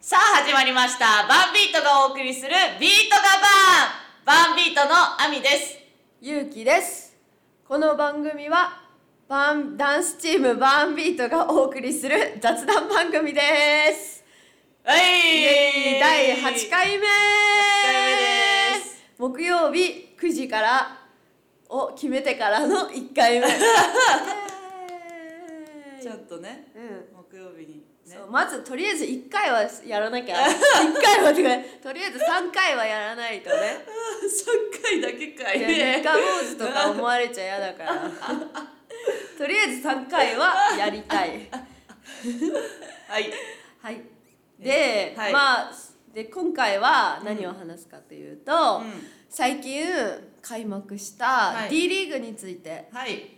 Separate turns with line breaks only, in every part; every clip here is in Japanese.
始まりましたバンビートがお送りするビートがバンバンビートのアミです
ゆうきですこの番組はバンダンスチームバーンビートがお送りする雑談番組です、
はい
イエーイ第8
回
回目
目です
木曜日9時からを決めてからの1回目 イエーイ
ちょっとね
うん
木曜日にね
そうまずとりあえず1回はやらなきゃ1回はってかとりあえず3回はやらないとね
3回だけかい
で
ね
三日坊主とか思われちゃ嫌だから とりあえず3回はやりたい
はい
はいで、
はい
まあで今回は何を話すかというと、
うん
最近開幕し
は
た
い
D リーグについて、
はい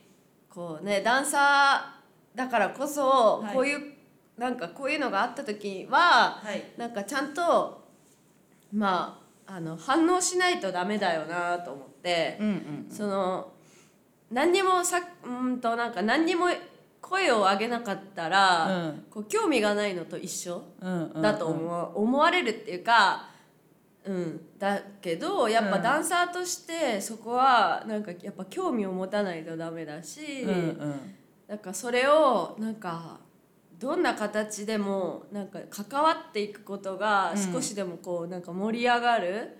こうねダンサーだからこそ、
はい
こういうなんかこういうのがあった時は、
はい
なんかちゃんとまああの反応しないとダメだよなと思って、
うんうん
その何にもさうーんとなんか何にも声を上げなかったら、
うん
こう興味がないのと一緒
うんうん
だと思,、う思われるっていうか、うん、だけどやっぱ
うん
ダンサーとしてそこはなんかやっぱ興味を持たないとダメだし、
うんうん
なんかそれをなんかどんな形でもなんか関わっていくことが
うん
少しでもこうなんか盛り上がる、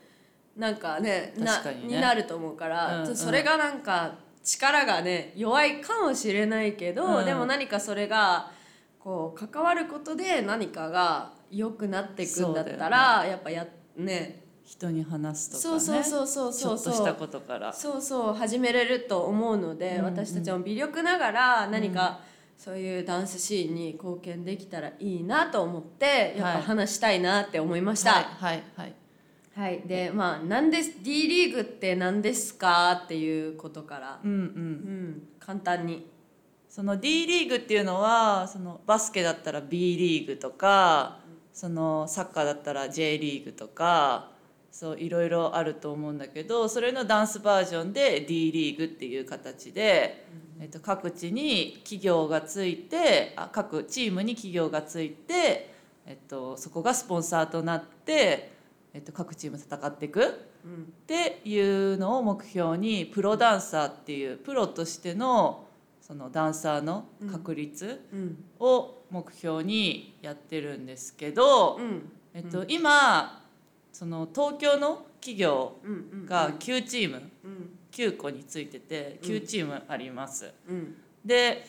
なんかねな
確かにね
なると思うから、
うんうん
それがなんか力がね弱いかもしれないけど、
うん
でも何かそれがこう関わることで何かが良くなっていくんだったら、やっぱやね
人に話すとか
そう
ね
そうそうそうそ
ちょっと
う
したことから
そうそう始めれると思うの
う
で、
んうん
私たちも微力ながら何かそういうダンスシーンに貢献できたらいいなと思ってやっ
はい
ぱ話したいなって思いました
はい
は
はいはい
い、でまあなんです D リーグって何ですかっていうことから、
うんう
うんん、簡単に
その D リーグっていうのはそのバスケだったら B リーグとかそのサッカーだったら J リーグとかそういろいろあると思うんだけどそれのダンスバージョンで D リーグっていう形で、えっと、各地に企業がついてあ各チームに企業がついて、えっと、そこがスポンサーとなって、えっと、各チーム戦っていく
うん
っていうのを目標にプロダンサーっていうプロとしてのそのダンサーの確率
うん
を目標にやってるんですけど、
うん
えっと、今その東京の企業
うんうん
が9チーム
うん
9個についてて9チームあります。
うん
で、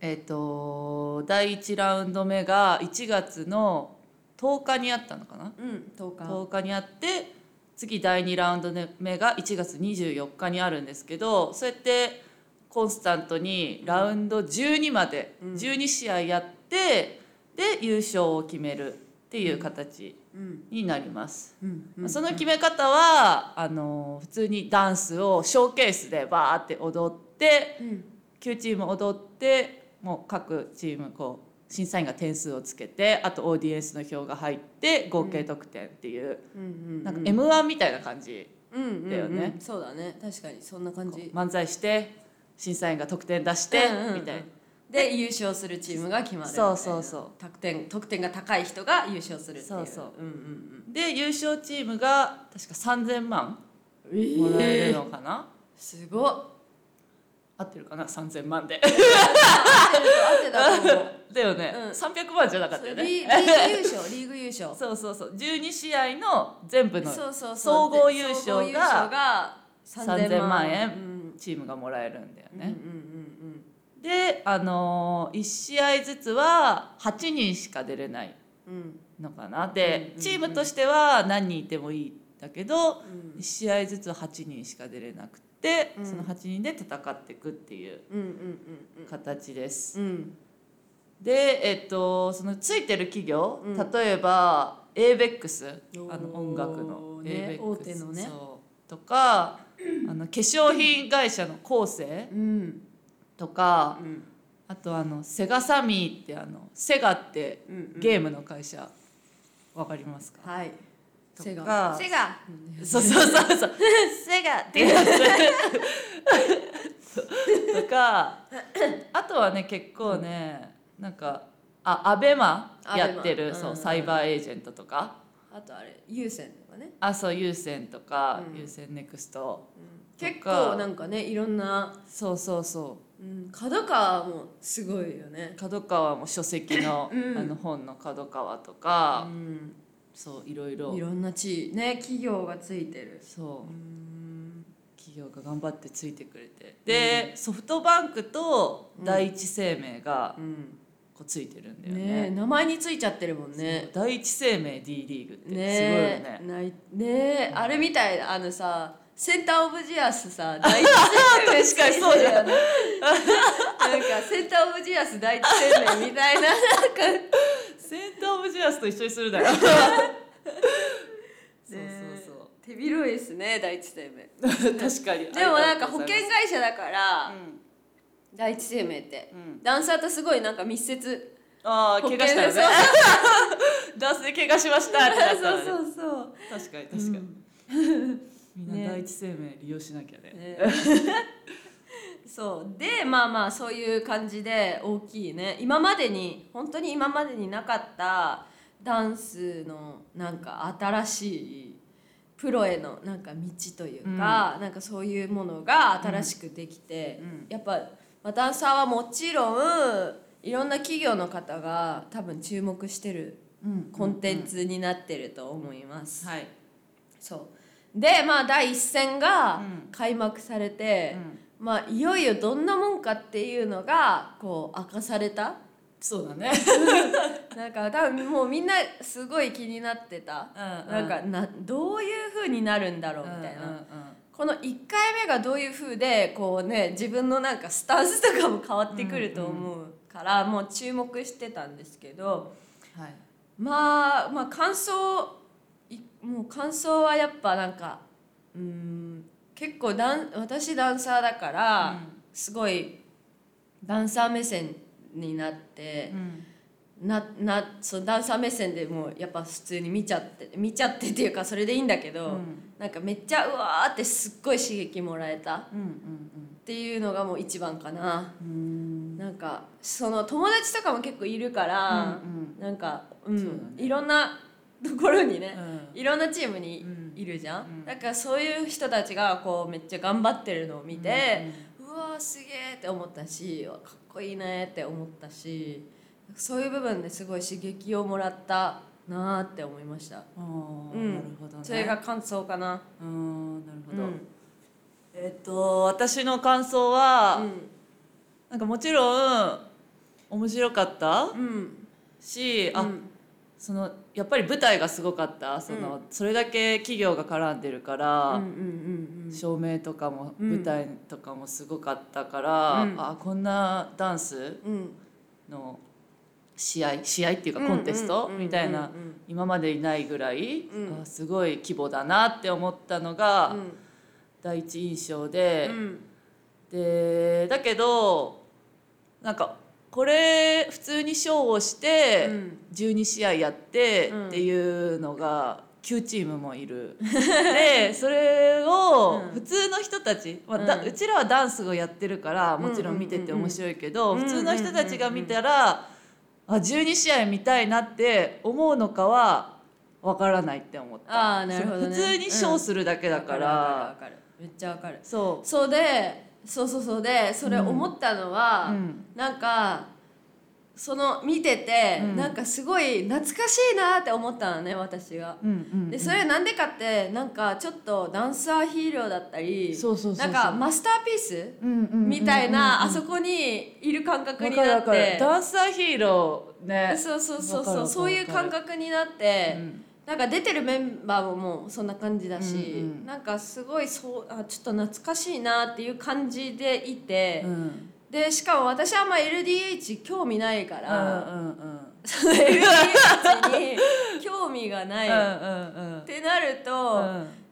えっと、第1ラウンド目が1月の10日にあったのかな
うん10日
10日にあって次第2ラウンド目が1月24日にあるんですけどそうやってコンスタントにラウンド12まで、
うん
12試合やってで優勝を決めるっていう形
うん
になります。
うんうん
その決め方はあの普通にダンスをショーケースでバーって踊って
うん
9チーム踊ってもう各チームこう審査員が点数をつけてあとオーディエンスの票が入って合計得点っていう。
うんうん
なんか m 1みたいな感じ、
うんうんうん
だよね
そうだね確かにそんな感じ
漫才して審査員が得点出して、
うんうんうん
みたいな
で優勝するチームが決まるみたいな
そうそうそう
得点得点が高い人が優勝するっていう
そうそう
うん
で優勝チームが確か3000万
うんうん
もらえる
えー
のかな、
すごっ
合ってるかな3000万で
合ってたと思う
だよね、
うん
300万じゃなかったよね
リリーグ優勝リーグ優勝
そうそうそう12試合の全部の
そうそうそ
総
う
合優勝が
総合優勝が3000
3000万円
うん
チームがもらえるんだよ
うんうん
ね、であのー、1試合ずつは8人しか出れない
うんうんうん
のかな
うん
で
うん、うん
チームとしては何人いてもいいんだけど、
うん
1試合ずつ8人しか出れなくて、
うん
その8人で戦っていくっていう
うんうん
形です。
うんうん
で、えっと、そのついてる企業、
うん
例えば ABEX
おー
あの音楽の ABEX、
ね大手のね
そうと かあの化粧品会社のコーセー
うん
とか
うん
あとあのセガサミーってあのセガって
うんうん
ゲームの会社、わかりますか
はい
とか
セガセガ
そうそうそうそう
セガ
ってや つとかあとはね結構ねなんかあアベマ
アベマ
やってるそう
うん
サイバーエージェントとか
あとあれ優先とかね、
あそう優先とか、
うん
優先ネクスト
うん
とか
結構なんかねいろんな、
そうそうそ
うん、角川もすごいよね
う、角川も書籍の,、
うん
あの本の角川と
う
か、
ん、
そういろいろ
いろんな地位ね企業がついてる
そううん企業が頑張ってついてくれてで、ソフトバンクと第一生命が
うん
こうついてるんだよ
ねえ
ね,
名前についちゃってるもん
そう、
ね
第一生命 D リーグってすごいよ
ね
ね
えないねえあれみたいあのさセンターオブジアス さ第一生命
確かにそうだよ
ねなんかセンターオブジアス第一生命みたいななんか
センターオブジュアスと一緒にする だろそうそう
手広いですね第一生命
そう確かに
でもなんか保
あり
険会社だか
が
ら
とうございます
第一生命って
うん、うん、
ダンサーとすごいなんか密接
ああ
保
怪
険
我したよね
そう
ダンスで怪我しましたってな ったら、ね、
そうそうそう
確かに確かに、みん
ね
な第一生命利用しなきゃね
ねそうでまあまあそういう感じで大きいね今までに本当に今までになかったダンスのなんか新しいプロへのなんか道というか、なんかそういうものが新しくできて、
うん
やっぱ、まあ、ダンサーはもちろんいろんな企業の方が多分注目してる
うん
コンテン、ツになってると思います。
はい、
そうでまあ第一戦が
うん
開幕されて、
うん
まあいよいよどんなもんかっていうのがこう明かされた
そうだね
なんか多分もうみんなすごい気になってた、
うん
なんかなどういう風になるんだろうみたいな、この1回目がどういう風でこうね自分のなんかスタンスとかも変わってくると思うから、もう注目してたんですけど、
はい
まあまあ感想いもう感想はやっぱなんかうーん結構ダン私ダンサーだから、
うん
すごいダンサー目線になって、
ん
ななそうダンサー目線でもうやっぱ普通に見ちゃって見ちゃってっていうかそれでいいんだけど、
うん
なんかめっちゃうわーってすっごい刺激もらえたっ
うんうん
ていうのがもう一番かな。
うんうん
なんかその友達とかも結構いるから、
うん
なんか、うん
そうだね
いろんなところにね、
う
いろんなチームに
うん
いるじゃん、
うん
だからそういう人たちがこうめっちゃ頑張ってるのを見て、うわーすげえって思ったしうわかっこいいねって思ったしそういう部分ですごい刺激をもらったなーって思いました、
あー
うん
なるほどね
それが感想かな、
うんなるほ
う
ど、
ん
えっと私の感想は、なんかもちろん面白かった
うん
し、あ
うん
そのやっぱり舞台がすごかったその、それだけ企業が絡んでるから、
うんうんうんうん
照明とかも
うん
舞台とかもすごかったから、
うん
あこんなダンス
うん
の試合試合っていうかコンテスト
うんうんうんうんうん
みたいな今までいないぐらい、
うん
あすごい規模だなって思ったのが
うん
第一印象で、
うん
でだけどなんかこれ普通にショーをして
うん
12試合やって
うん
っていうのが9チームもい るでそれを
うん
普通の人たち、まあだ
う
うんちらはダンスをやってるからもちろん見てて面白いけど、
うんうんうんうん
普通の人たちが見たら、あ12試合見たいなって思うのかは分からないって思った。
ああなるほどね
普通にショーするだけだから、
うんわかるわかるわかるめっちゃわかる
そ
そうでそうそうそうでそれ
うん
思ったのは、
うん
なんかその見てて、
うん
なんかすごい懐かしいなって思ったのね私が。
う、うんうんうん
でそれなんでかってなんかちょっとダンサーヒーローだったり
そうそうそうそう
なんかマスターピースみ
み
たいな、あ
そ
そこにいる感覚
わ
に
かる
な
わ
っ
かる
て
ダンサーヒーローね
そうそうそう
わかるわか
そう
る
そういう感覚になって。
うん
なんか出てるメンバーももうそんな感じだし、
うんうん
なんかすごいそうあちょっと懐かしいなっていう感じでいて、
うん
でしかも私はあんま LDH 興味ないか
うんう
ら、
んうん
LDH に興味がない、
うん
っ
うんうん
てなると、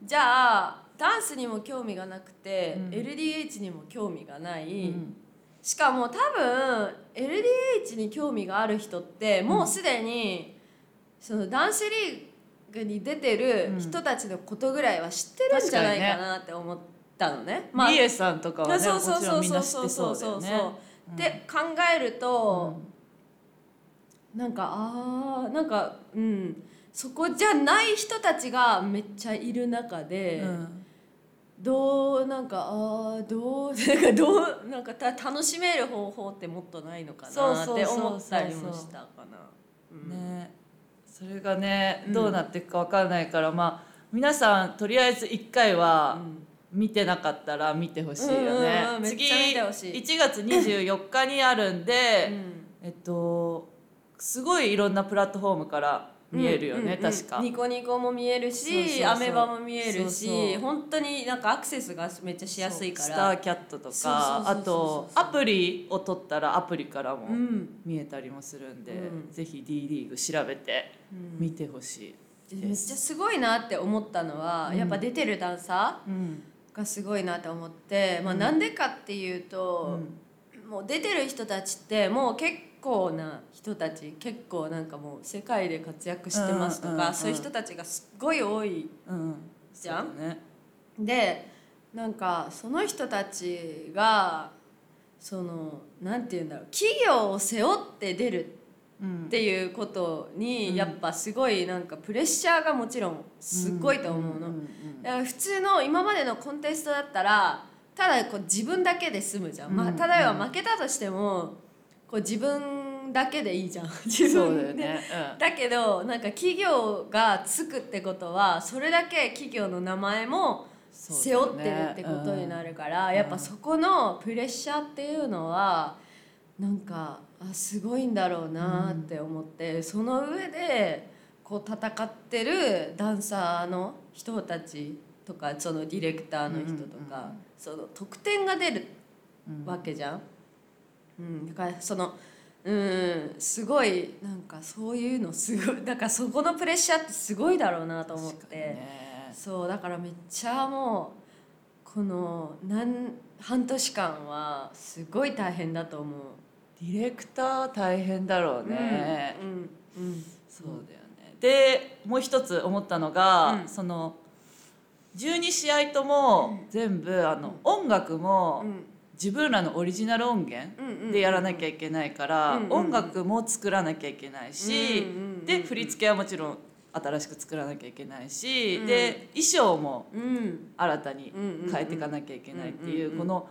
じゃあダンスにも興味がなくて、
うん
LDH にも興味がない、
うん
しかも多分 LDH に興味がある人ってもうすでに、そのダンスリーグに出てる人たちのことぐらいは知ってるんじゃないかなって思ったのね。まあ
リエさんとかはね
そうそ
も
うそう
ちろんみん
そう
な知
そ
っ
う
て
そ
そううだ
そ
よ
う
ね
そう。で考えると、なんかあーなんかうんそこじゃない人たちがめっちゃいる中で、
うん
どうなんかあーどうなんかどうなんかた楽しめる方法ってもっとないのか
そう
なっ
そう
て
そうそう
思ったりもしたかな。うん
ね、それがね
うん
どうなっていくか分からないから、まあ皆さんとりあえず1回
う
は
ん
見てなかったら見てほしいよね、
うんうんうんめっちゃ
次
見てほしい
1月24日にあるんで、えっとすごいいろんなプラットフォームから見えるよね、
うんうんうん
確か、
ニコニコも見える
そうそう
し
そう
アメバも見えるし
そうそう
本当になんかアクセスがめっちゃしやすいか
スタ
ら
ーキャットと
そうそう
か
そう
あ
そう
とアプリを取ったらアプリから
う
も
ん
見えたりもするんで、
うん
ぜひ D リーグ調べて
うん
見てほしい、
めっちゃすごいなって思ったのは、
うん
やっぱ出てるダンサ
うん
ーがすごいなって思って、まあ、
うん
なんでかっていう
う
と、
ん
もう出てる人たちってもう結構な人たち結構なんかもう世界で活躍してますとか、
うんうんうん
そういう人たちがすっごい多い
うん、
じゃん
そうだね
でなんかその人たちがそのなんて言うんだろう企業を背負って出る
うん
っていうことに、
うん
やっぱすごいなんかプレッシャーがもちろんすっごいと思うの。
んん
だから普通の今までのコンテストだったらただこう自分だけで済むじゃん、ま
う
あ、
ん
ただは負けたとしてもこう自分だけでいいじゃん自
そ
分
う
で
だよね、
だけどなんか企業がつくってことはそれだけ企業の名前も
そうだ
背負
よ
って
ね
るってことになるから、
うん
やっぱそこのプレッシャーっていうのはなんかあすごいんだろうなって思って、その上でこう戦ってるダンサーの人たちとかそのディレクターの人とか、
うんうんうん
その得点が出る
うん
わけじゃん。うん、だからそのうんすごいなんかそういうのすごいだからそこのプレッシャーってすごいだろうなと思っ
確か
て、
にね
そうだからめっちゃもうこのなん半年間はすごい大変だと思
ディレクター大変だろ
う。
うね、
うんうん
そうだよねでもう一つ思ったのが、
うん
その12試合とも全部あの音楽も
うん
自分らのオリジナル音源
うんうん
でやらなきゃ
い
いけないから、
うんうん
音楽も作らなきゃいけないし、
うんうんうん
で振り付けはもちろん新しく作らなきゃいけないし、
うん
で衣装も
けない。うん
新たに変えていか
い。
なきゃいけないっていう、
うんうんうん
この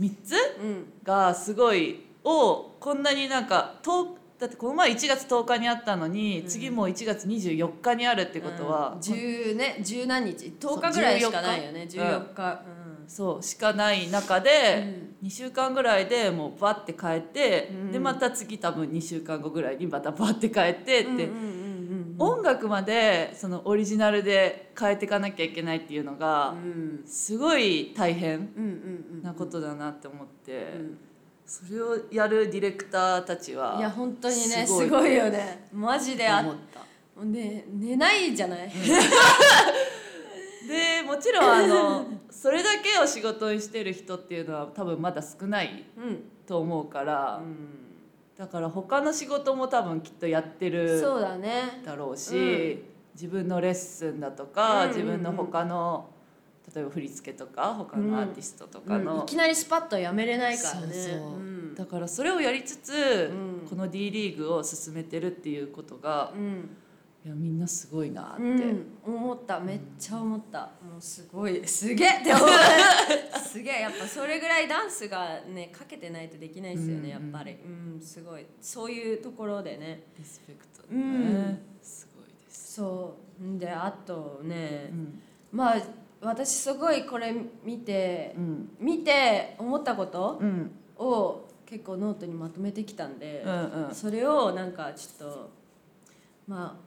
3つ
うん
がすごいをこんなになんかとだってこの前1月10日にあったのに、
うん
次もう1月24日にあるってことは、
十ね十何日
そう
10日ぐらいしかないよね
14日
14日。うん
そうしかない中で、2週間ぐらいでもうバッて変えて、
うん
でまた次多分2週間後ぐらいにまたバッて変えてって、
うんうんうんうん
音楽までそのオリジナルで変えていかなきゃいけないっていうのが、
うん
すごい大変
うんうんうん
なことだなって思って、
うん
それをやるディレクターたちはい
や本当にね
す
す
ご
ご
い
いよねマジであ
思った。
ね寝ないじゃない
でもちろんあのそれだけを仕事にしてる人っていうのは多分まだ少ない
うん
と思うか
う
ら、
ん
だから他の仕事も多分きっとやってる
そうだね
だろうし、
うん
自分のレッスンだとか、
うんうんうん
自分の他の例えば振り付けとか他のアーティストとかの、
うんいきなりスパッとやめれないからね
そうそう
うん
だからそれをやりつつ、
うん
この D リーグを進めてるっていうことが
うん
いやみんなすごいなって、
うん思っためっちゃ思ったもうすごいすげえって 思うすげえやっぱそれぐらいダンスがねかけてないとできないですよ
う
ねやっ
んうん
ぱりうんすごいそういうところでね
リスペクト
う
ね、
ん
すごいです。
そうんであとね
うん
まあ私すごいこれ見て
うん
見て思ったこと
うん
を結構ノートにまとめてきたんで、
うんうん
それをなんかちょっとまあ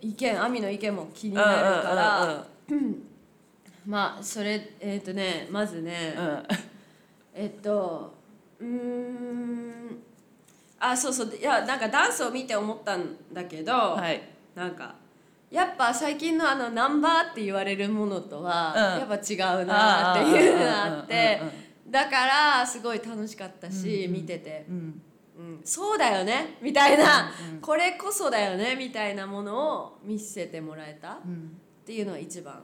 意見亜美の意見も気になるから、まあそれえっ、とねまずね、
うんうんうん
えっとうーんあそうそういやなんかダンスを見て思ったんだけど、
うんはい
なんかやっぱ最近のあのナンバーって言われるものとは、
うん
やっぱ違うなっていうのがあって
うんうん
だからすごい楽しかったし、
うんうん
見てて、
うんうん
うん、そうだよねみたいな、
うんうん
これこそだよねみたいなものを見せてもらえたっ
うん
ていうのが一番あっ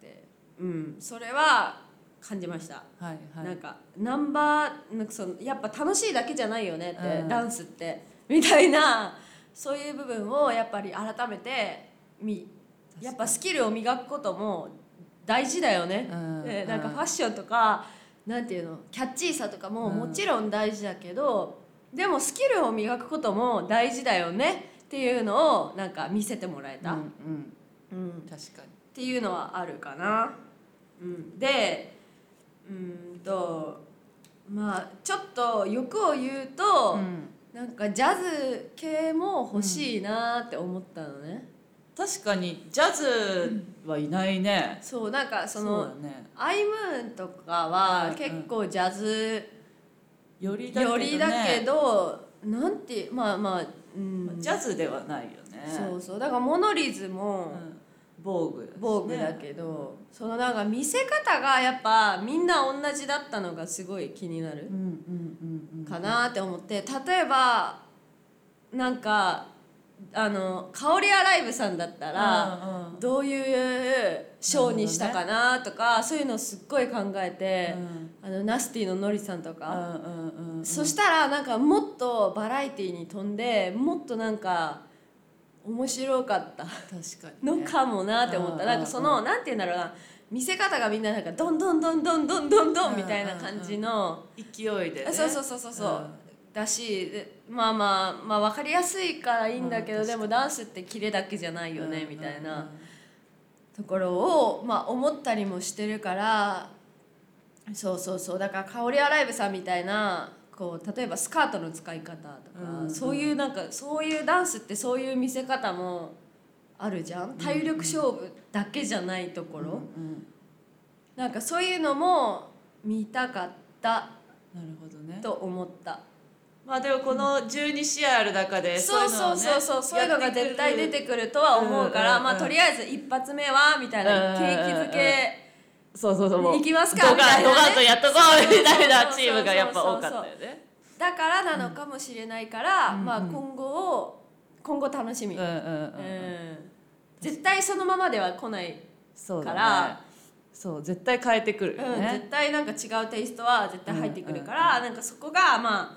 て、うん、それは感じました。
はいはい
なんかナンバーなんかそのやっぱ楽しいだけじゃないよねって、
うん
ダンスってみたいなそういう部分をやっぱり改めてみやっぱスキルを磨くことも大事だよね、
うん
でなんか
うん
ファッションとかなんていうのキャッチーさとかも
うん
もちろん大事だけど、でもスキルを磨くことも大事だよねっていうのをなんか見せてもらえ
うん
た、
う
うん
ん
っ
確かに
ていうのはあるかな。うん、でうーんとまあちょっと欲を言うと。
うん
なんかジャズ系も欲しいなって思ったのね、
確かにジャズはいないね
そうなんかそ
そうだ
の
ね
アイムーンとか
うんう
は
ん
結構ジャズ
よりだけど
よ
ね
りだけど,、なんてまあまあ、うん、
ジャズではないよね
そうそうだからモノリズも
ん防具だしね
防具だけど、そのなんか見せ方がやっぱみんな同じだったのがすごい気になる
うんうんうんうん
かなって思って例えばなんかあの香りアライブさんだったら、
うんうん
どういうショーにしたかなとかそういうのをすっごい考えて、あのナスティののりさんとか、
うんうんうん
そしたらなんかもっとバラエティーに飛んでもっとなんか面白かった
確かに
の
ね
かもなって思った、
うん
なんかその、なんて言うんだろうな見せ方がみんななんかどんどんどんどんどんどんどんみたいな感じの、
勢いでね
そうそうそうそうそう、
うん
だしでまあまあまあ分かりやすいからいいんだけど、
うん確
で
かに
もダンスってキレだけじゃないよね、みたい
う
な。
んうんうん
ところを、まあ、思ったりもしてるからそうそうそうだから香りアライブさんみたいなこう例えばスカートの使い方とか、
うんうん
そういうなんかそういうダンスってそういう見せ方もあるじゃん体力勝負だけじゃないところ、
うん
なんかそういうのも見たかった
うんなるほどね
と思った。
まあでもこの12試合ある中で
そうそうそうそうそういうのが絶対出て
く
くるとは思うか
うんうん
ら、
うん
まあとりあえず一発目はみたいな
うんうんうん
景気づけ
そうそうそうもう
行きますか
ドカン
みたいなね
ドカンとやっとこうみたい
そう
な
そうそうそう
チームがやっぱ多かったよね
だからなのかもしれないから、
うん
まあ
うん
今後を今後楽し
う
み、
んうん
う
うんうん
ん絶対そのままでは来ない、
そう
か
だね
ら
そう絶対変えてくるよ
うん
ね
絶対なんか違うテイストは絶対入ってくるから、なんかそこがまあ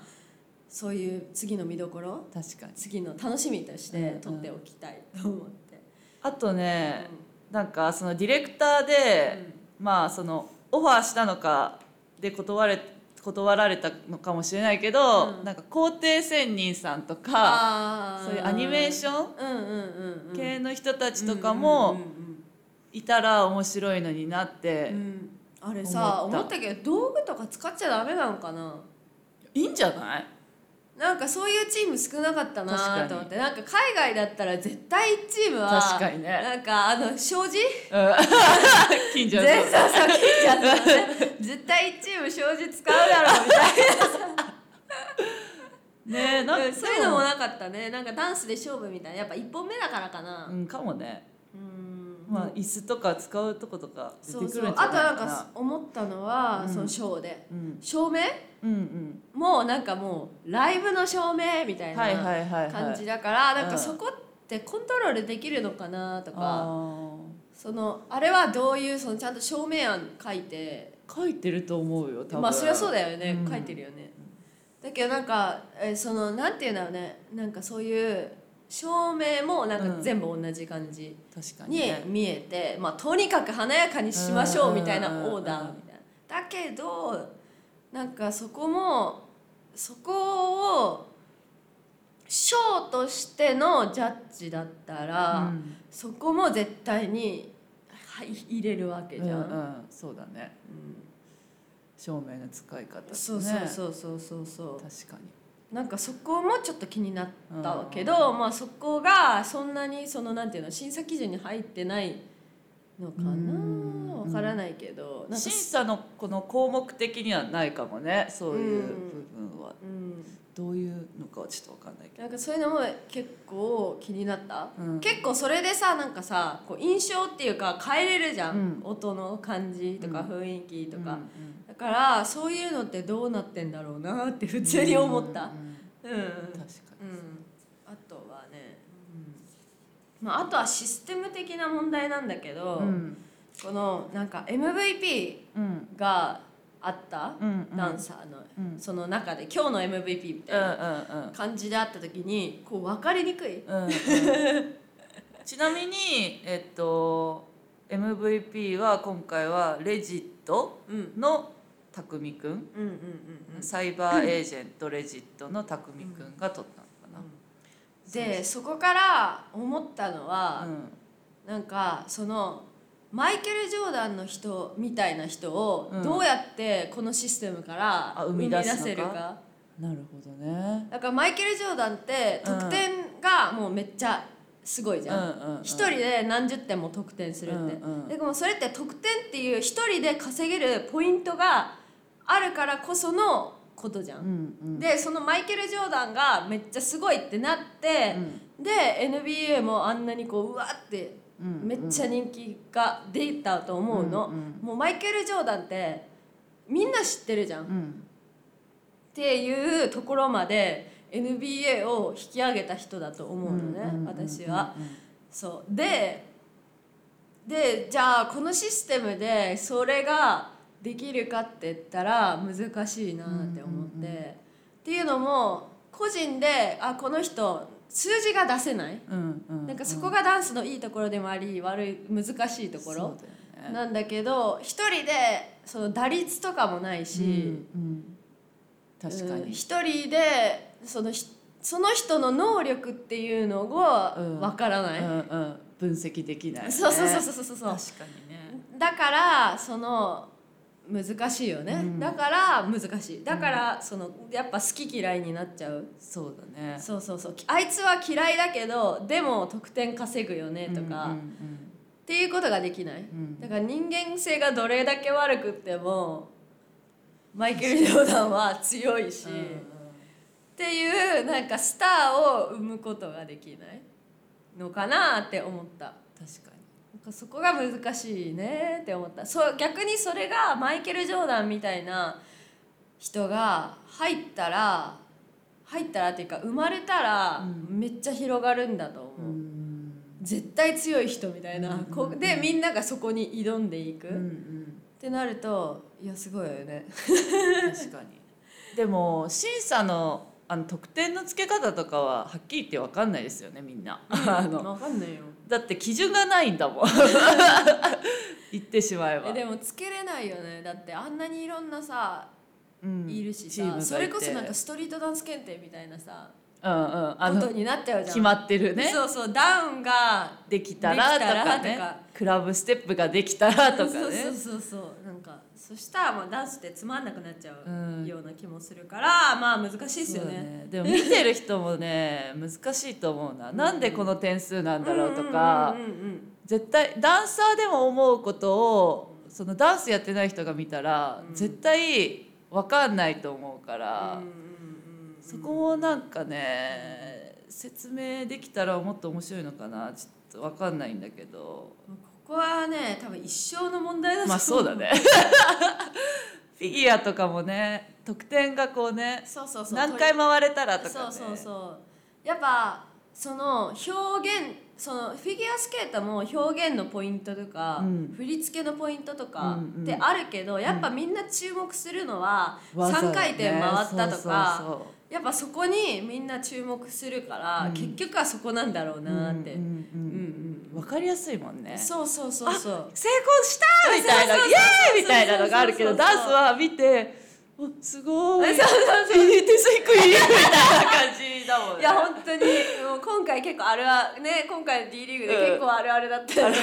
そういう次の見どころ
確かに
次の楽しみとし
うん
て
うん
取っておきたいと思って、
あとね
うん
なんかそのディレクターでまあそのオファーしたのかで断れ断られたのかもしれないけど、
うん
なんか皇帝仙人さんとか
あー
そういうアニメーション
うんうんうんうん
系の人たちとかも
うんうん
いたら面白いのになって、
うんうんうんあれさ
思
思
った
ったけど道具とか使っちゃダメなのかない
いんじゃない
なんかそういうチーム少なかった
確か
な
に
と思ってなんか海外だったら絶対1チームは
確かにね
なんかあの障子
近所
全
の
然そうそう切っちゃったのね絶対1チーム障子使うだろうみたい
ねなん
な
か
そういうのもなかったねなんかダンスで勝負みたいなやっぱ1本目だからかな
うんかもね、
うん
まあ椅子とか使うとことか出て
そ
くる
うん
じ
そ
ゃな
う
いか
あと
な
なんか思ったのは、
うん
そのショーで
うん
照明
うん
もなんかもうライブの照明みた
う
い
んはい
な
はいはいはい
感じ
だ
だからなん
う
か
ん
そこってコントロールできるのかなと
と
か。そのあれはどういうそのちゃんと証明案書いて
書いてると思うよ多分
まあそりゃそう
だ
だよね、
うん
書いてるよねだけどなんかえーそのなんていうんだろうねなんかそういう照明もなん
う
か
ん
全部同じ感じ
確かに
に
ね
見えて、まあとにかく華やかにしましょうみたいな
うんうんうんうん
オーダーみたいなだけどなんかそこもそこをショーとしてのジャッジだったら、
うん
そこも絶対にはい入れるわけじゃん、
うんうん、そうだね照明の使い方、ね、
そうそうそうそうそうそう
確かに
なんかそこもちょっと気になった
う
け
ん
ど、まあそこがそんなにそのなんていうの審査基準に入ってないのか
うん
なわからないけどなんか
審査のこの項目的にはないかもねそういう部分は、
うん、
どういうのかはちょっとわかんないけど、
なんかそういうのも結構気になった、
うん
結構それでさなんかさこう印象っていうか変えれるじゃん、
うん
音の感じとか
うん
雰囲気とか、
うん
だからそういうのってどうなってんだろうなって普通に思った
うんうん
うん、うん
確かに、
あとはね、うんまあ、あとはシステム的な問題なんだけど、
うん
このなんか MVP
うん
があった
うんうん
ダンサーの、
うん
その中で今日の MVP みた
う
い
ん
な感じであった時にこう分かりにくい
うんうん、うんうん、ちなみにえっと MVP は今回はレジット
うんうん
の匠くん
うんうんうん
サイバーエージェントレジットの匠くんが取ったのか
でそこから思ったのは
な、うん、
なんかそのマイケル・ジョーダンの人みたいな人を
うん
どうやってこのシステムから
あ
生
生
み
み
出
出すのか
せるか
なるほどね
だからマイケル・ジョーダンって得点がもうめっちゃすごいじゃん一人で何十点も得点するって、
うんうん
でもそれって得点っていう一人で稼げるポイントがあるからこそのことじゃん、
うんうん
でそのマイケル・ジョーダンがめっちゃすごいってなって、で NBA もあんなにこううわって
うん
めっちゃ人気が出たと思うの、
うんうん
もうマイケル・ジョーダンってみんな知ってるじゃん、
う
っ
ん
ていうところまで NBA を引き上げた人だと思うのね、私は。そうででじゃあこのシステムでそれができるかって言ったら難しいなって思って、
うんうんうん
っていうのも個人であこの人数字が出せない、
うんうん
なんかそこがダンスのいいところでもあり悪い難しいところなんだけど一人でその打率とかもないし、
確か
うん
に
一人でそのひその人の能力っていうの
うん
がわからない、
分析できない
そうそうそうそうそうそう
確かにね
だからその難しいよね、
うん
だから難しいだからそのやっぱ好き嫌いになっちゃう、
そうだね
そうそうそうあいつは嫌いだけどでも得点稼ぐよねとか、
う
っ
ん
ていうことができない、
うん
だから人間性がどれだけ悪くってもマイケル・ジョーダンは強いし、
うんうん
っていうなんかスターを生むことができないのかなって思った。
確かに
なんかそこが難しいねって思ったそう逆にそれがマイケル・ジョーダンみたいな人が入ったら入ったらっていうか生まれたら
う
めっちゃ広がるんだと思う、絶対強い人みたいな、
うん
こうでみんながそこに挑んでいく、
うんう
っ
ん
てなるといやすごいよね
確かにでも審査のあの得点の付け方とかははっきり言って分かんないですよねみんなあの
わかんな いよ
だって基準がないんだ もん言ってしまえば
えでもつけれないよねだってあんなにいろんなさ
うん
いるし
チームが
さ
いて
それこそなんかストリートダンス検定みたいなさ
うんうんあ
こ
の
とになっちゃうじゃん
決まってるね
そうそうダウンが
できたらと
できたら
か
と
ね
か
クラブステップができたらとかね
そうそうそうそうなんかそしたらまあダンスってつまんなくなっちゃ
うん
うような気もするから、まあ難しいですよ
そうだ
ね
ねでも見てる人もね難しいと思うななんでこの点数なんだろうとか
うんうんうんうん
絶対ダンサーでも思うことをそのダンスやってない人が見たら、
うん
絶対わかんないと思うから、
うんうんうんうん
そこもなんかね説明できたらもっと面白いのかなちょっとわかんないんだけど
もうここはね多分一生の問 題だと思
まあそうだねフィギュアとかもね得点がこうね
そうそうそう
何回回れたらとか、ね、
そうそうそうやっぱその表現そのフィギュアスケートも表現のポイントとか、
うん
振り付けのポイントとか
うんうん
ってあるけど、やっぱみんな注目するのは
技だね
3回転回ったとか、
そうそう
やっぱそこにみんな注目するから、
うん
結局はそこなんだろう
そう
なって、
うんうん
うん
うんわかりやすいもん
う
ね
んそうそうそうそう
成功したみたいな
そうそうそうそう
イエーイみたいなのがあるけ
そ
ど
うそうそうそう
ダンスは見ておすごい
そうそうそう
いい手すいくいみたいな感じだもんね
いや本当にもう今回結構あるあね今回の D リーグで結構あるあるだったよね、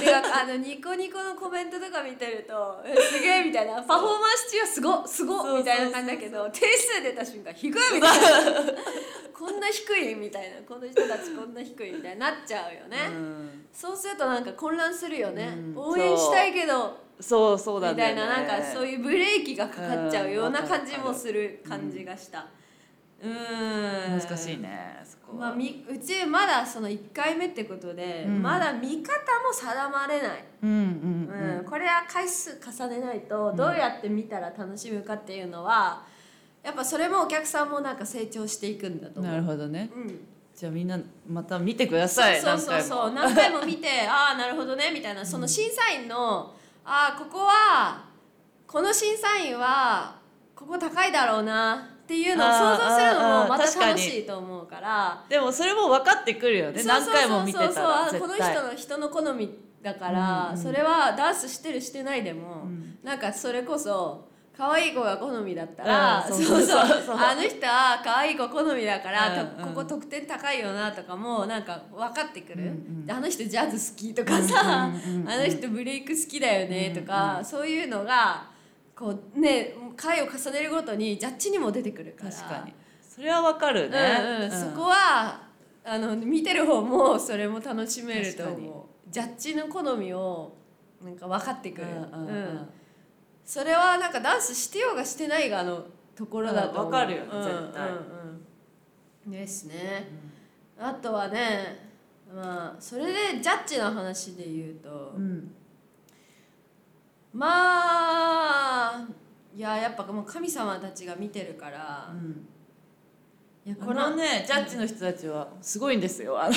てかあのニコニコのコメントとか見てるとえすげえみたいなパフォーマンス中はすごす
そうそうそう
ごみたいな感じだけど点数出た瞬間低いみたいな こんな低いみたいなこの人たちこんな低いみたいになっちゃうよね、
うん
そうするとなんか混乱するよね、
うん
応援したいけど
そうそうな
み
んだ
た
よ
い
ね
ななんかそういうブレーキがかかっちゃうような
うんわかる
感じもする感じがしたうん
難しいねそこは
まあ、みうちまだその1回目ってことで、
うん
まだ見方も定まれない、
うんうん
う
うん
んこれは回数重ねないとどうやって見たら楽しむかっていうのは、やっぱそれもお客さんもなんか成長していくんだと思う。
なるほどね
うん
じゃあみんなまた見てください
そうそうそうそう
何回も
何回も見てああなるほどねみたいなその審査員の、ああここはこの審査員はここ高いだろうなっていうのを
あー
想像するの
あー
もま
確
た
かに
楽しいと思うから
でもそれも分かってくるよね何回も見てた
そうそう
ら
そうそうあこの
絶対
人の人の好みだから、
うんうん
それはダンスしてるしてないでも、
うん
なんかそれこそ可愛い子が好みだった
う
ら、
ん
そう
そ
そうう
そうそう
あの人は可愛い子好みだから、と
うんうん
ここ得点高いよなとかもなんか分かってくる、
うんうん
あの人ジャズ好きとかさ、
うんうんうんうん
あの人ブレイク好きだよねと
う
か、
んう
そういうのがこうね回を重ねるごとにジャッジにも出てくるから
確かにそれは分かるね、
うんうん、そこはあの見てる方もそれも楽しめると
確かに
思うジャッジの好みをなんか分かってくる、
うんうんう
うんんそれはなんかダンスしてようがしてないがのところだと思う
うんわかるよね
うん
絶対
うんうんですね、あとはねまあそれでジャッジの話で言うと、
うん
まあいややっぱもう神様たちが見てるから
う、ん
いや
このねジャッジの人たちはすごいんですよあの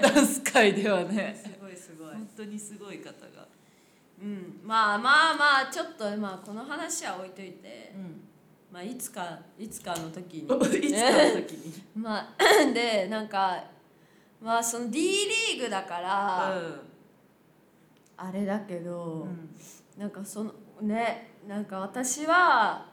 ダンス界ではね
すごいすごい
本当にすごい方が、
うん、まあまあまあちょっとまあこの話は置いといて、
う
まあ、いつかいつかの時
ん、
に
いつかの時に、
まあ でなんかまあその D リーグだから、あれだけ
う
ど、
ん
なんかそのねなんか私は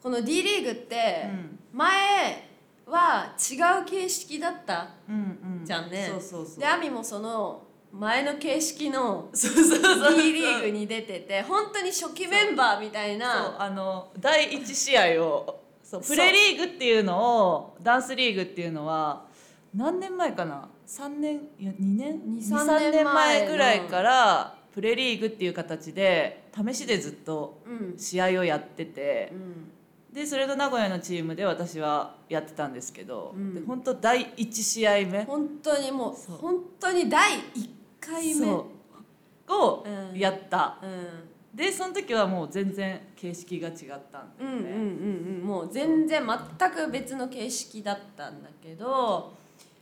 この D リーグって前は違う形式だった、
うんうん
じゃんね
そうそうそう
でアミもその前の形式の
そうそうそう
D リーグに出てて本当に初期メンバーみたいな。
そうあの第一試合をそう
そ
プ
う
レリーグっていうのをダンスリーグっていうのは何年前かな3年いや2年
二
23
三
年
年前
前
の
ぐらいからプレリーグっていう形で試しでずっと
うん
試合をやってて
うん
でそれと名古屋のチームで私はやってたんですけど、
うん
で本当第一試合目
本当にも
そう
う本当に第一回目
そうを
うん
やった、
うん
でその時はもう全然形式が違ったんだ
うんう
よ
ん
ね。
うんうんもう全然全く別の形式だったんだけど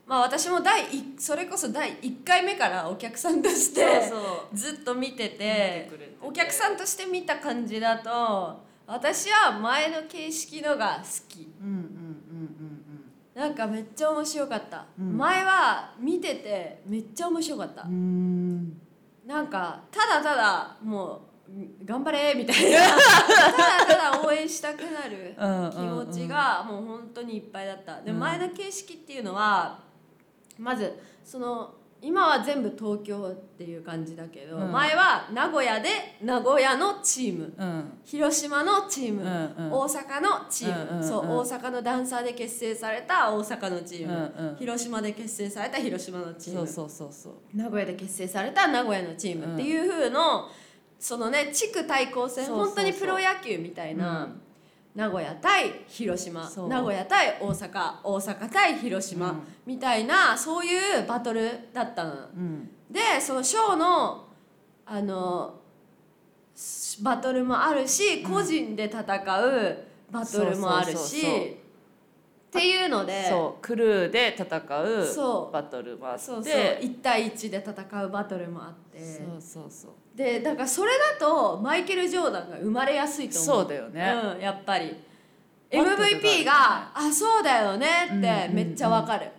まあ私も第一それこそ第1回目からお客さんとして
そうそう
ずっと見てて
見てくれてて
お客さんとして見た感じだと私は前の形式のが好き
うんうんうん
なんかめっちゃ面白かった、
うん
前は見ててめっちゃ面白かった、
うんうん。う
なんかただただもう頑張れみ たいなただただ応援したくなる
ーん。
気持ちがもう本当にいっぱいだったで
うん
前の形式っていうのはまずその今は全部東京っていう感じだけど、
うん
前は名古屋で名古屋のチーム
うん。うん。
広島のチーム、
うんうん
大阪のチーム、
うんうんうん
そう大阪のダンサーで結成された大阪のチーム、
うんうん
広島で結成された広島のチーム
そうそうそうそう。
名古屋で結成された名古屋のチームっていう風の、そのね地区対抗戦
そうそうそう
本当にプロ野球みたいな、
うん
名古屋対広島
そう
名古屋対大阪大阪対広島、
うん
みたいなそういうバトルだったの。
うん。
でそのショーのあのしバトルもあるし個人で戦うバトルもある
そうそう
し、
そうそう
っていうので。
そう、クルーで戦
そう
うバトルもあって。
そうそう1対1で戦うバトルもあって
そうそうそう。
でだからそれだとマイケル・ジョーダンが生まれやすいと思う
そうだよね。
うん、やっぱり
バットとかあるよね
MVP が「あそうだよね」
うんうんう
って
ん
めっちゃわかる、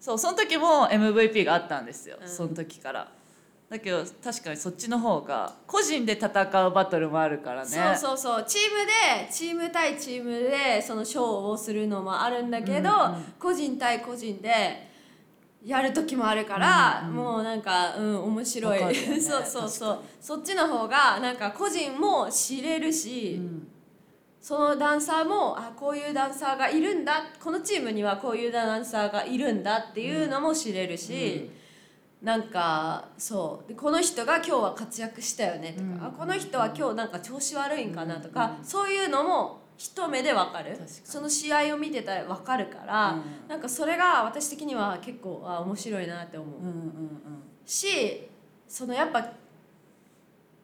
そう、その時も MVP があったんですよ。
うん
その時から。だけど確かにそっちの方が個人で戦うバトルもあるからね。
そうそうそうチームでチーム対チームでその勝負をするのもあるんだけど、
うんうん
個人対個人でやる時もあるから、
うんうん
もうなんか、うん、面白い、
わかるよね
そうそうそうそっちの方がなんか個人も知れるし、
うん。
そのダンサーもあこういうダンサーがいるんだこのチームにはこういうダンサーがいるんだっていうのも知れるし、なんかそうでこの人が今日は活躍したよねとか、
うん
あこの人は今日なんか調子悪いんかなとか、
うん
そういうのも一目でわかる
確かに
その試合を見てたらわかるから、
うん
なんかそれが私的には結構あ面白いなって思
う
う
ん。うんうん
しそのやっぱ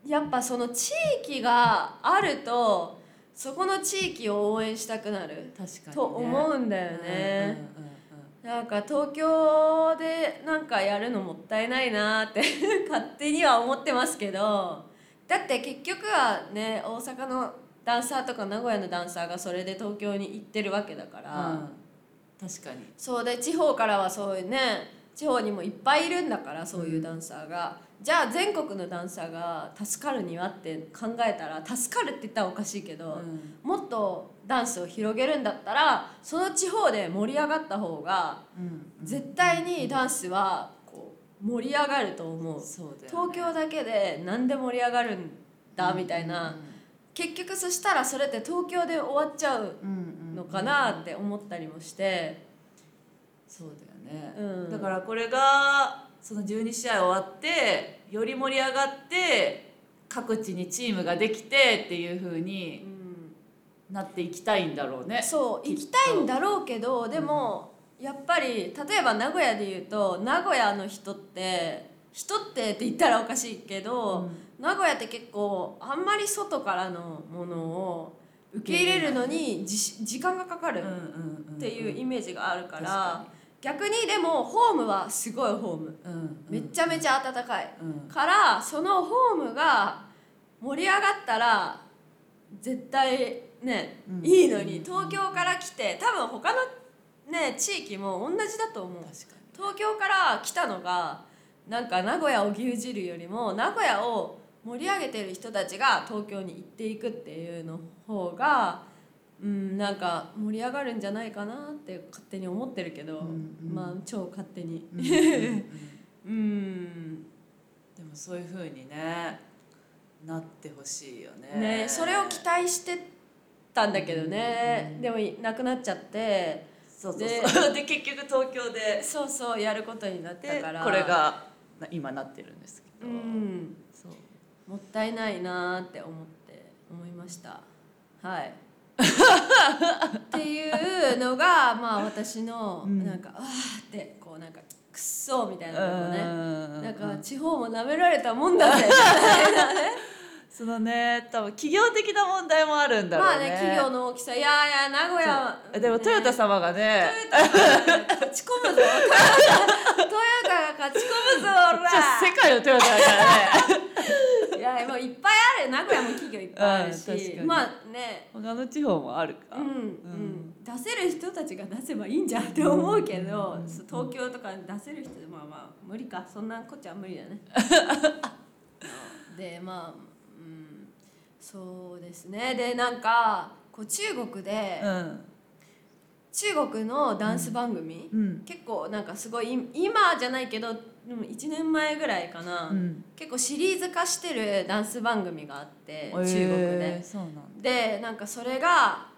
やっぱその地域があるとそこの地域を応援したくなる
うん。確かに。
と思
う
うんだよね。
んうんうんうん
なんか東京でなんかやるのもったいないなって 勝手には思ってますけどだって結局はね大阪のダンサーとか名古屋のダンサーがそれで東京に行ってるわけだから、
うん、確かに
そうで地方からはそういうね地方にもいっぱいいるんだからそういうダンサーが、じゃあ全国のダンサーが助かるにはって考えたら助かるって言ったらおかしいけど、
うん
もっとダンスを広げるんだったらその地方で盛り上がった方が絶対にダンスはこう盛り上がると思う
そうだよね
東京だけで何で盛り上がるんだみたいな、結局そしたらそれって東京で終わっちゃう
うんうん
のかなって思ったりもして、
そうだよね、
うん
だからこれがその12試合終わってより盛り上がって各地にチームができてっていう風
う
に
ん
なっていきたいんだろうね。
そう
きっ
行
と
きたいんだろうけどでもやっぱり例えば名古屋で言うと名古屋の人って人ってって言ったらおかしいけど、名古屋って結構あんまり外からのものを受け入れるのにじし時間がかかるっ
って
いうイメージがあるから、
確
逆にでもホームはすごいホーム
うんうん
めちゃめちゃ暖かい、
うん
からそのホームが盛り上がったら絶対ね、
うん
いいのに東京から来て多分他のね地域も同じだと思う
確か
東京から来たのがなんか名古屋を牛耳るよりも名古屋を盛り上げてる人たちが東京に行っていくっていうの方がうんなんか盛り上がるんじゃないかなって勝手に思ってるけど、
うんうん
まあ超勝手に
に、うんうん
うん
でもそういう風にねなってほしいよね。
ねそれを期待してたんだけどね、でもいなくなっちゃって
そうそうそう で結局東京で
そうそうやることになった
で
から
これがな今なってるんですけど、
うん
そう
もったいないなーって思って思いましたはい っていうのがまあ私の
うん
なんか、わーってこうなんかくっそーみたいなのもね
ね
なんか地方も舐められたも んだね
そのね多分企業的な問題もあるんだ
ま
ろ
あ
うね。
ね企業の大きさいやーいや名古屋は
そうでもトヨタ様が ね
トヨタが勝ち込むぞトヨタが勝ち込むぞ
じゃあ世界のトヨタだからね
おらいやもういっぱいある名古屋も企業いっぱいあるし、
うん確かに
まあね
他の地方もあるか、
うんうん、出せる人たちが出せばいいんじゃんって思うけど、そう東京とかに出せる人まあまあ無理かそんなこっちゃ無理だねでまあうんそうですねでなんかこう中国で、
うん
中国のダンス番組、
うん
結構なんかすごいい今じゃないけどでも1年前ぐらいかな、
うん
結構シリーズ化してるダンス番組があって、中
え
国
ー
で。
そうなんだ
でなんかそれが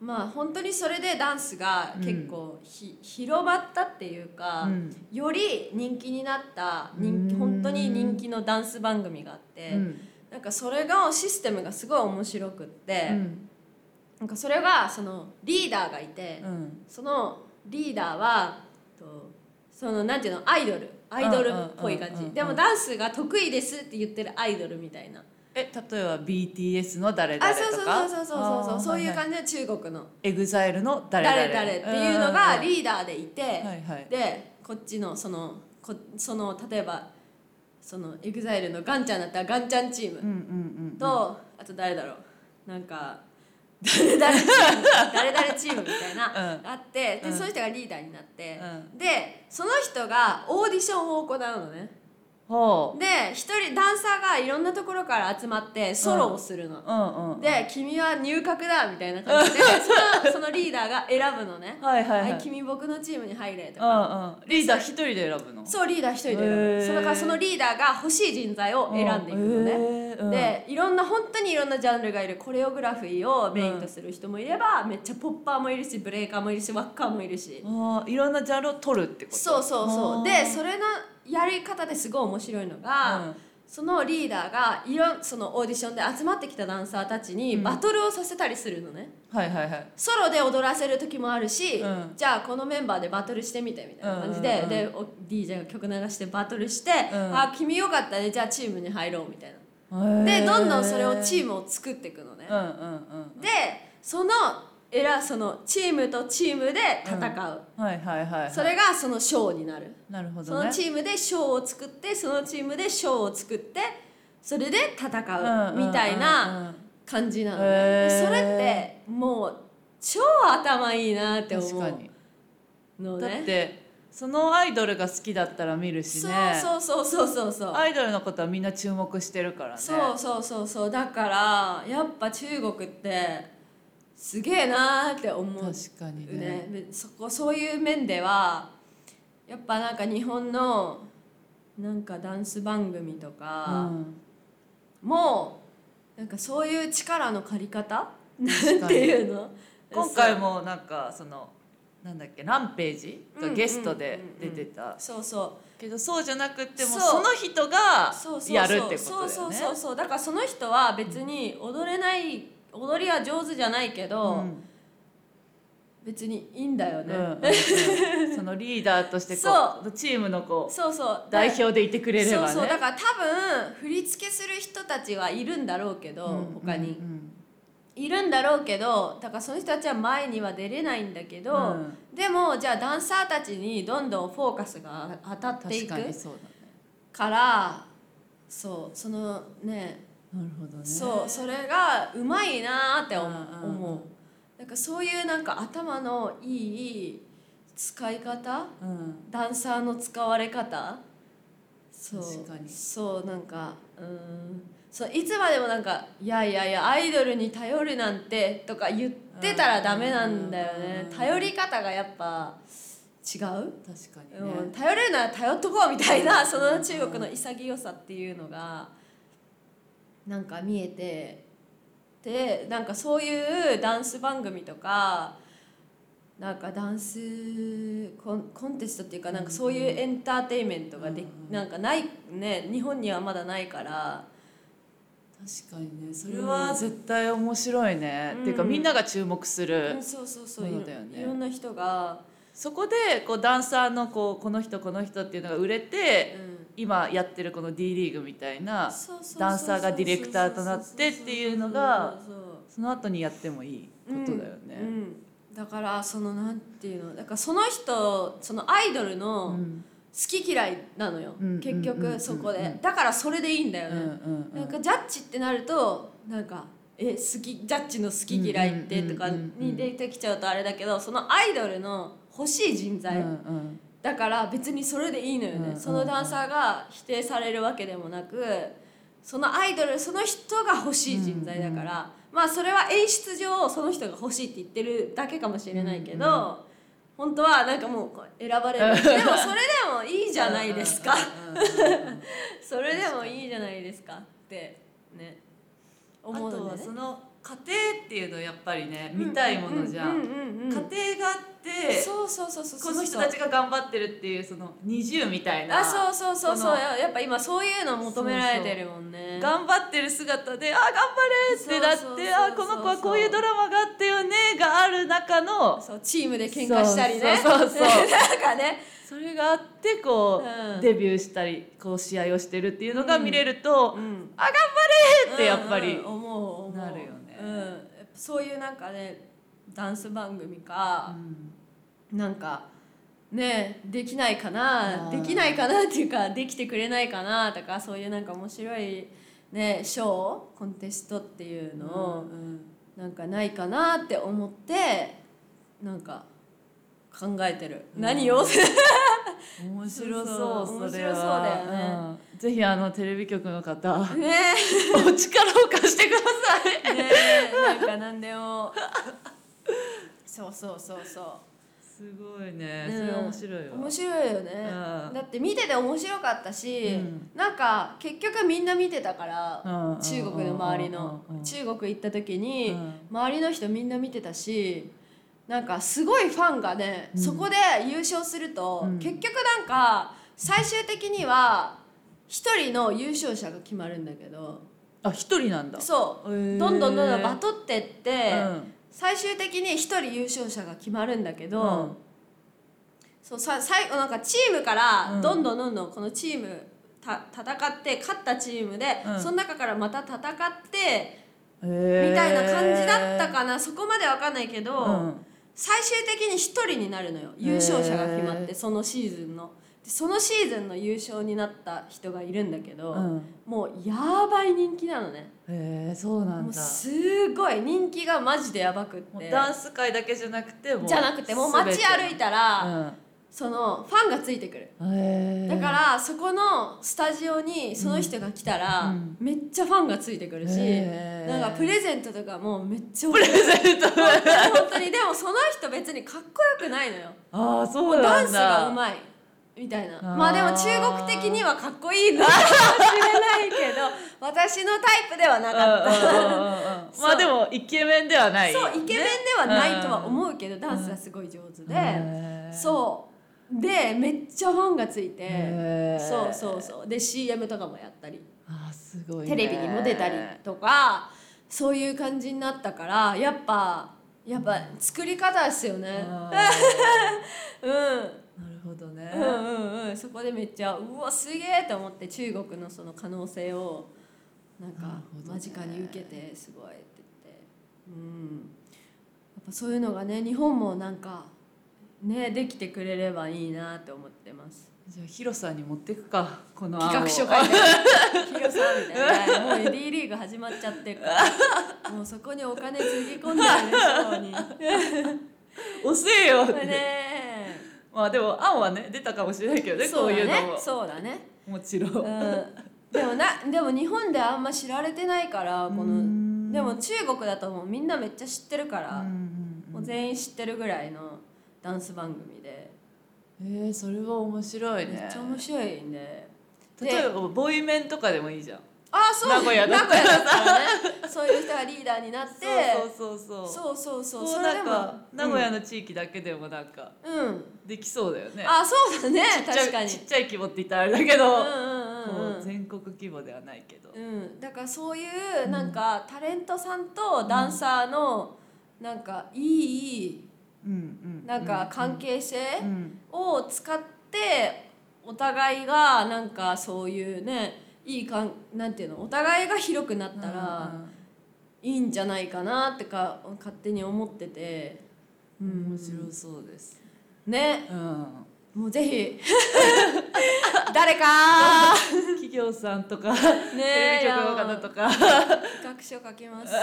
まあ本当にそれでダンスが結構ひ、広まったっていうか、
うん
より人気になった人気
うん
本当に人気のダンス番組があって、
うん
なんかそれがシステムがすごい面白くって、
うん
なんかそれがそのリーダーがいて。
うん
そのリーダーはとそのなんていうのアイドルアイドルっぽい感
うんうんうんう
じ
ん
でもダンスが得意ですって言ってるアイドルみたいな
え例えば BTS の誰々
あ
と
そうそう
か
そうそうそうそうそういう
じ
感じで中国の
エグザイルの誰々
誰々っていうのが
ー
リーダーでいて
はいはい
でこっちのそのこその例えばそのエグザイルのガンちゃんだったらガンちゃんチーム
うんうん
とあと誰だろうなんか誰々チーム 誰々チームみたいな、
う
あってで、
うん
そういう人がリーダーになって、
う
でその人がオーディションを行うのね
ほう
で一人ダンサーがいろんなところから集まってソロをするの、
うんうん、
で「君は入閣だ」みたいな感じでそのそのリーダーが選ぶのね
はいはいはい
はい君僕のチームに入れ」と
う
か。
んうんリーダー一人で選ぶの
そうリーダー一人で選
へ
ぶ
ー
そのからそのリーダーが欲しい人材を選んでいくのね、
へーうん
でいろんな本当にいろんなジャンルがいるコレオグラフィーをメインとする人もいれば、めっちゃポッパーもいるしブレーカーもいるしワッカーもいるし、
あーいろんなジャンルを取るってこと
そうそう
あ
そ
ー
うでそれのやり方ですごい面白いのが、
うん
そのリーダーがいろんそのオーディションで集まってきたダンサーたちにバトルをさせたりするのね、
はいはいはい
ソロで踊らせる時もあるし、
うん
じゃあこのメンバーでバトルしてみてみたいな感じで、
うんうんうん
でお DJ が曲流してバトルして、
うん
あ君よかったねじゃあチームに入ろうみたいな
で
でどんどんそれをチ
ム
ームを作っていくのね、
うんうんうん
でそのえらそのチームとチームで戦う、
はいはいはいはい
それがそのショーになる、
なるほ
そ
ど
の
ね
チームでショーを作ってそのチームでショーを作ってそれで戦うみたいな
うんうんうんうん
感じなの、
へ
ね、
ー
それってもう超頭いいなって思
確か
う
に
の
だっ
ね
てそのアイドルが好きだったら見るし
そ
ね
うそうそうそうそうそう
アイドルのことはみんな注目してるからね
そうそうそうそうだからやっぱ中国ってすげえなーって思う
確かにね
ねそこそういう面ではやっぱなんか日本のなんかダンス番組と
う
か
ん、
もうなんかそういう力の借り方
確
っ
か
て
に
いうの
今回もなんかそのなんだっけランページ
うん
が
うん
ゲストで出てた、
そうそう
けどそうじゃなくても
そう
その人が
そうそう
やるってことだ
そうそ
よ
う
ね
そうそうだからその人は別に踊れない踊りは上手じゃないけど、
うん
別にいいんだよ
うん
ね、
うんうんそのリーダーとしてこうチームのこう
そうそう
代表でいてくれればね
そうそうだから多分振り付けする人たちはいるんだろうけど、
うん
他に、
うん
いるんだろうけどだからその人たちは前には出れないんだけど、
うん
でもじゃあダンサーたちにどんどんフォーカスが当たってい
確
く
かにそうだね
からそうそのね
なるほどね
そうそれがうまいなーって思
うん
う
うん
思うなんかそういうなんか頭のいい使い方
うん
ダンサーの使われ方そう
確かに
そうなんかうーんそういつまでもなんか「いやいやいやアイドルに頼るなんて」とか言ってたらダメなんだよね
うん
頼り方がやっぱ違う、
確かに
うん、
ね
頼れるなら頼っとこうみたいなその中国の
うん
潔さっていうのがなんか見えてでなんかそういうダンス番組とかなんかダンスコンコンテストっていうかなんかそういうエンターテインメントがで、
うん
なんかないね日本にはまだないから
確かにねそれは絶対面白いね、
うん
っていうかみんなが注目する、
うんそうそうそうい
そう
ろ
だよね
いろんな人が、
そこでこうダンサーのこうこの人この人っていうのが売れ
う
て、
ん、
今やってるこの D リーグみたいな
そうそうそうそう
ダンサーがディレクターとなってっていうのが
そうそうそう
その後にやってもいいことだよね。
うんうんだからそのなんていうのだからその人そのアイドル
う
の好
ん
き嫌いなのよ、
うん
結
うんうんうんう
局
ん
そこで、だからそれでいいんだよ
うんう
ね、
んうん
なんかジャッジってなるとなんかえ好きジャッジの好き嫌いってとか
うんうんうんうん
に出てきちゃうとあれだけどそのアイドルの欲しい人材、
うんうん
だから別にそれでいいのよね、
うんうんうん
そのダンサーが否定されるわけでもなくそのアイドルその人が欲しい人材だから、まあそれは演出上その人が欲しいって言ってるだけかもしれないけど、
うん
本当はなんかもうこう選ば れるでもそれでもいいじゃないですか
うんうんうん
それでもいいじゃないですかってね思
あ
う
と
の
は
でね
その家庭っていうのをやっぱりね見たいものじゃ
うん
ん。
うんうんうん
家庭があって
そうそうそうそうそう
この人たちが頑張ってるっていうその二重みたいな
あそうそうそう
こ
そう
の
ややっぱ今そういうの求められてるもんね
頑張ってる姿で「あ頑張れ!」ってな
そう
っ
そうそう
て「
そう
あこの子はこういうドラマがあったよね」がある中の
そうチームで喧嘩したりね
そうそうそう
なんかね
それがあってこう、
うん
デビューしたりこう試合をしてるっていうのが見れると「
ん
あ頑張れ!」ってやっぱり、
うんうん思う思う
なるよね
うん、やっぱそういうなんかねダンス番組か、なんかねできないかな
あ
で
ー
きないかなっていうかできてくれないかなとかそういうなんか面白いねショーコンテストっていうのを、なんかないかなって思ってなんか考えてる、
うん
何を
面白そう
そう
そ
そう
れは
面白そうだよね
うんぜひあのテレビ局の方お
ね
力を貸してください
ねえなんか何でもそうそうそうそ
すごいね
う、ね
それ面白いわ
面白いよね、
うん
だって見てて面白かったし、
うん
なんか結局みんな見てたから、
うん
中国の周りの、
うんうんうん
中国行った時に、
うん
周りの人みんな見てたしなんかすごいファンがね、
うん
そこで優勝すると、
うん
結局なんか最終的には一人の優勝者が決まるんだけど
あ一人なんだ
そう、
へえ
どんどんどんどんバトってって、
うん
最終的に一人優勝者が決まるんだけど、
うん
そうさ最後なんかチームか
う
ら
ん
どんどんどんどんこのチームた戦って勝ったチームで、
うん
その中からまた戦って
へー
みたいな感じだったかな、そこまでわかんないけど、
うん
最終的に一人になるのよ優勝者が決まっ
へ
て
ー
そのシーズンの。でそのシーズンの優勝になった人がいるんだけど、
うん、
もうやばい人気なのね
へえそうな
も
ん
う
だ
すごい人気がマジでやばくっ
もう
て
ダンス界だけじゃなくても
じゃなくてもう街歩いたら、
ら、
そのファンがついてくる
うん、へえ
だからそこのスタジオにその人が来たら、
うん
めっちゃファンがついてくるし、
へー
なんかプレゼントとかもめっちゃ
プレゼント
本当に本当にでもその人別にかっこよくないのよ
ああそうなんだ
ダンスがうまいみたいな
あー
まあでも中国的にはかっこいいのかもしれないけ ど私のタイプではなかった
うんうんうんうんうんまあでもイケメンではない
そうイケメンではないとは思うけど、ダンスがすごい上手で、
う
そうでめっちゃファンがついて、
へー
そうそうそうで CM とかもやったり
あーすごいね
テレビにも出たりとかそういう感じになったからやっぱやっぱ作り方ですよね
あ
うん
ーなるほどね、
うんうんうんそこでめっちゃうわすげえと思って中国のその可能性をなん
なる
か
ほどね
間近に受けてすごいって言ってうんやっぱそういうのがね日本もなんかねできてくれればいいなと思ってます
じゃあヒロさんに持ってくかこの案を
企画書書いて「ヒロさん」みたいなもう D リーグ始まっちゃってるからもうそこにお金つぎ込んでる人に
押せよっ
こ
て、
れね
まあでも案はね出たかもしれないけどねこ
そうう
い
だ
うの
ね
も
そうだね
もちろん、
うんでもなでも日本であんま知られてないからこ
う
の
ん
でも中国だともうみんなめっちゃ知ってるか
うん
ら、
うん
もう全員知ってるぐらいのダンス番組で、
うんえー、それは面白い
めっ
ね
ちゃ面白いんでで
例えばボイメンとかでもいいじゃん
ああそう
名古屋だ
名古屋だったらねそういう人がリーダーになって
そうそうそうそう
そうそうそう
こう
そ
な
れで
ん
も
か名古屋の地域だけでもなんか
うん、うん
できそうだよね、
あそうだね
ちっちゃい
確かに
ちっちゃい規模って言ったらあれだけど、
うんうんうん
こ
う
うん全国規模ではないけど、
うん、だからそういうなんかタレントさんとダンサーのなんかいい
うんうん
なんか関係性
うん
を使ってお互いがなんかそういうねいいかんなんていうのお互いが広くなったらいいんじゃないかなってか勝手に思ってて、う
うん
ん、
面白そうです、
ね
うん、
もうぜひ 誰か
企業さんとか、 テ
ね
レビ局の方とか
企画書書きます。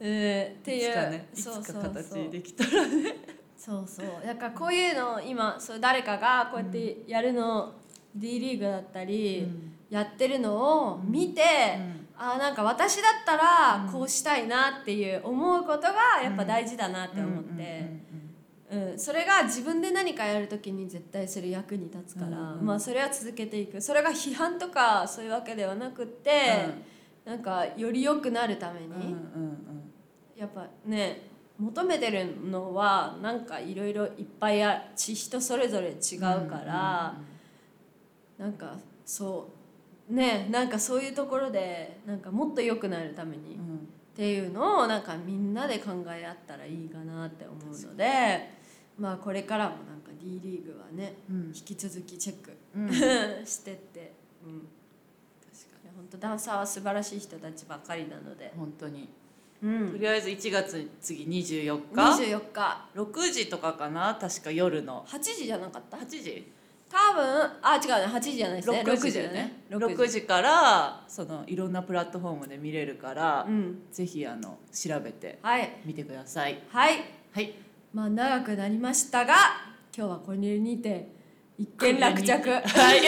えー、って
い
いう
つかねいつ
そう
か
そう
形
そう
にできたらね
そうそうだからこういうのを今そう誰かがこうやってやるの、D リーグだったり、やってるのを見て、あーなんか私だったらこうしたいなっていう思うことがやっぱ大事だなって思って、うん、それが自分で何かやるときに絶対それ役に立つから、
うんうん
まあそれは続けていくそれが批判とかそういうわけではなくって、なんかより良くなるために、
うんうんうん
やっぱね求めてるのはなんかいろいろいっぱいあち人それぞれ違うから、なんかそうねなんかそういうところでなんかもっと良くなるために、
うんうんうん
っていうのをなんかみんなで考え合ったらいいかなって思うのでまあこれからもなんか D リーグはね
うん
引き続きチェック、
うん
してって、うん、確かに本当ダンサーは素晴らしい人たちばかりなので、
本当に
う
と
ん、
りあえず1月次24日
24日
6時とかかな確か夜の
8時じゃなかった
8時
多分あ違うね8時じゃないですね
6時だよね6時からそのいろんなプラットフォームで見れるから
うん
ぜひあの調べて
はい
みてください
はい
はい
まあ長くなりましたが今日はこれにて一件落 着
はい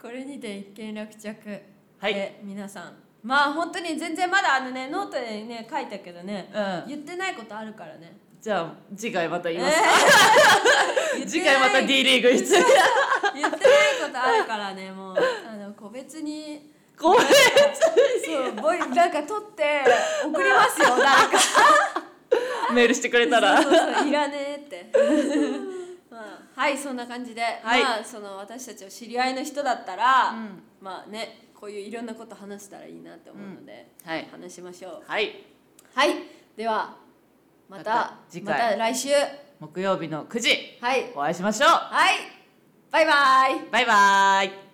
これにて一件落着、
はい
で皆さんまあ本当に全然まだあのねノートにね書いたけどね
うん
言ってないことあるからね、
じゃあ次回また言います
え ー
次回また D リーグいつ
言ってないことあるからねもうあの個別に
これ
そうボイなんか取って送りますよ誰か
メールしてくれたら
そうそうそういらねえって、 まあ、はいそんな感じで、
はい
まあその私たちを知り合いの人だったら、
ん
まあねこういういろんなこと話せたらいいなって思うので、
うんはい
話しましょう
はい
はい、ではまた
また次回
また来週
木曜日の9時
はい
お会いしましょ
はいバイバイ
うバイバーイ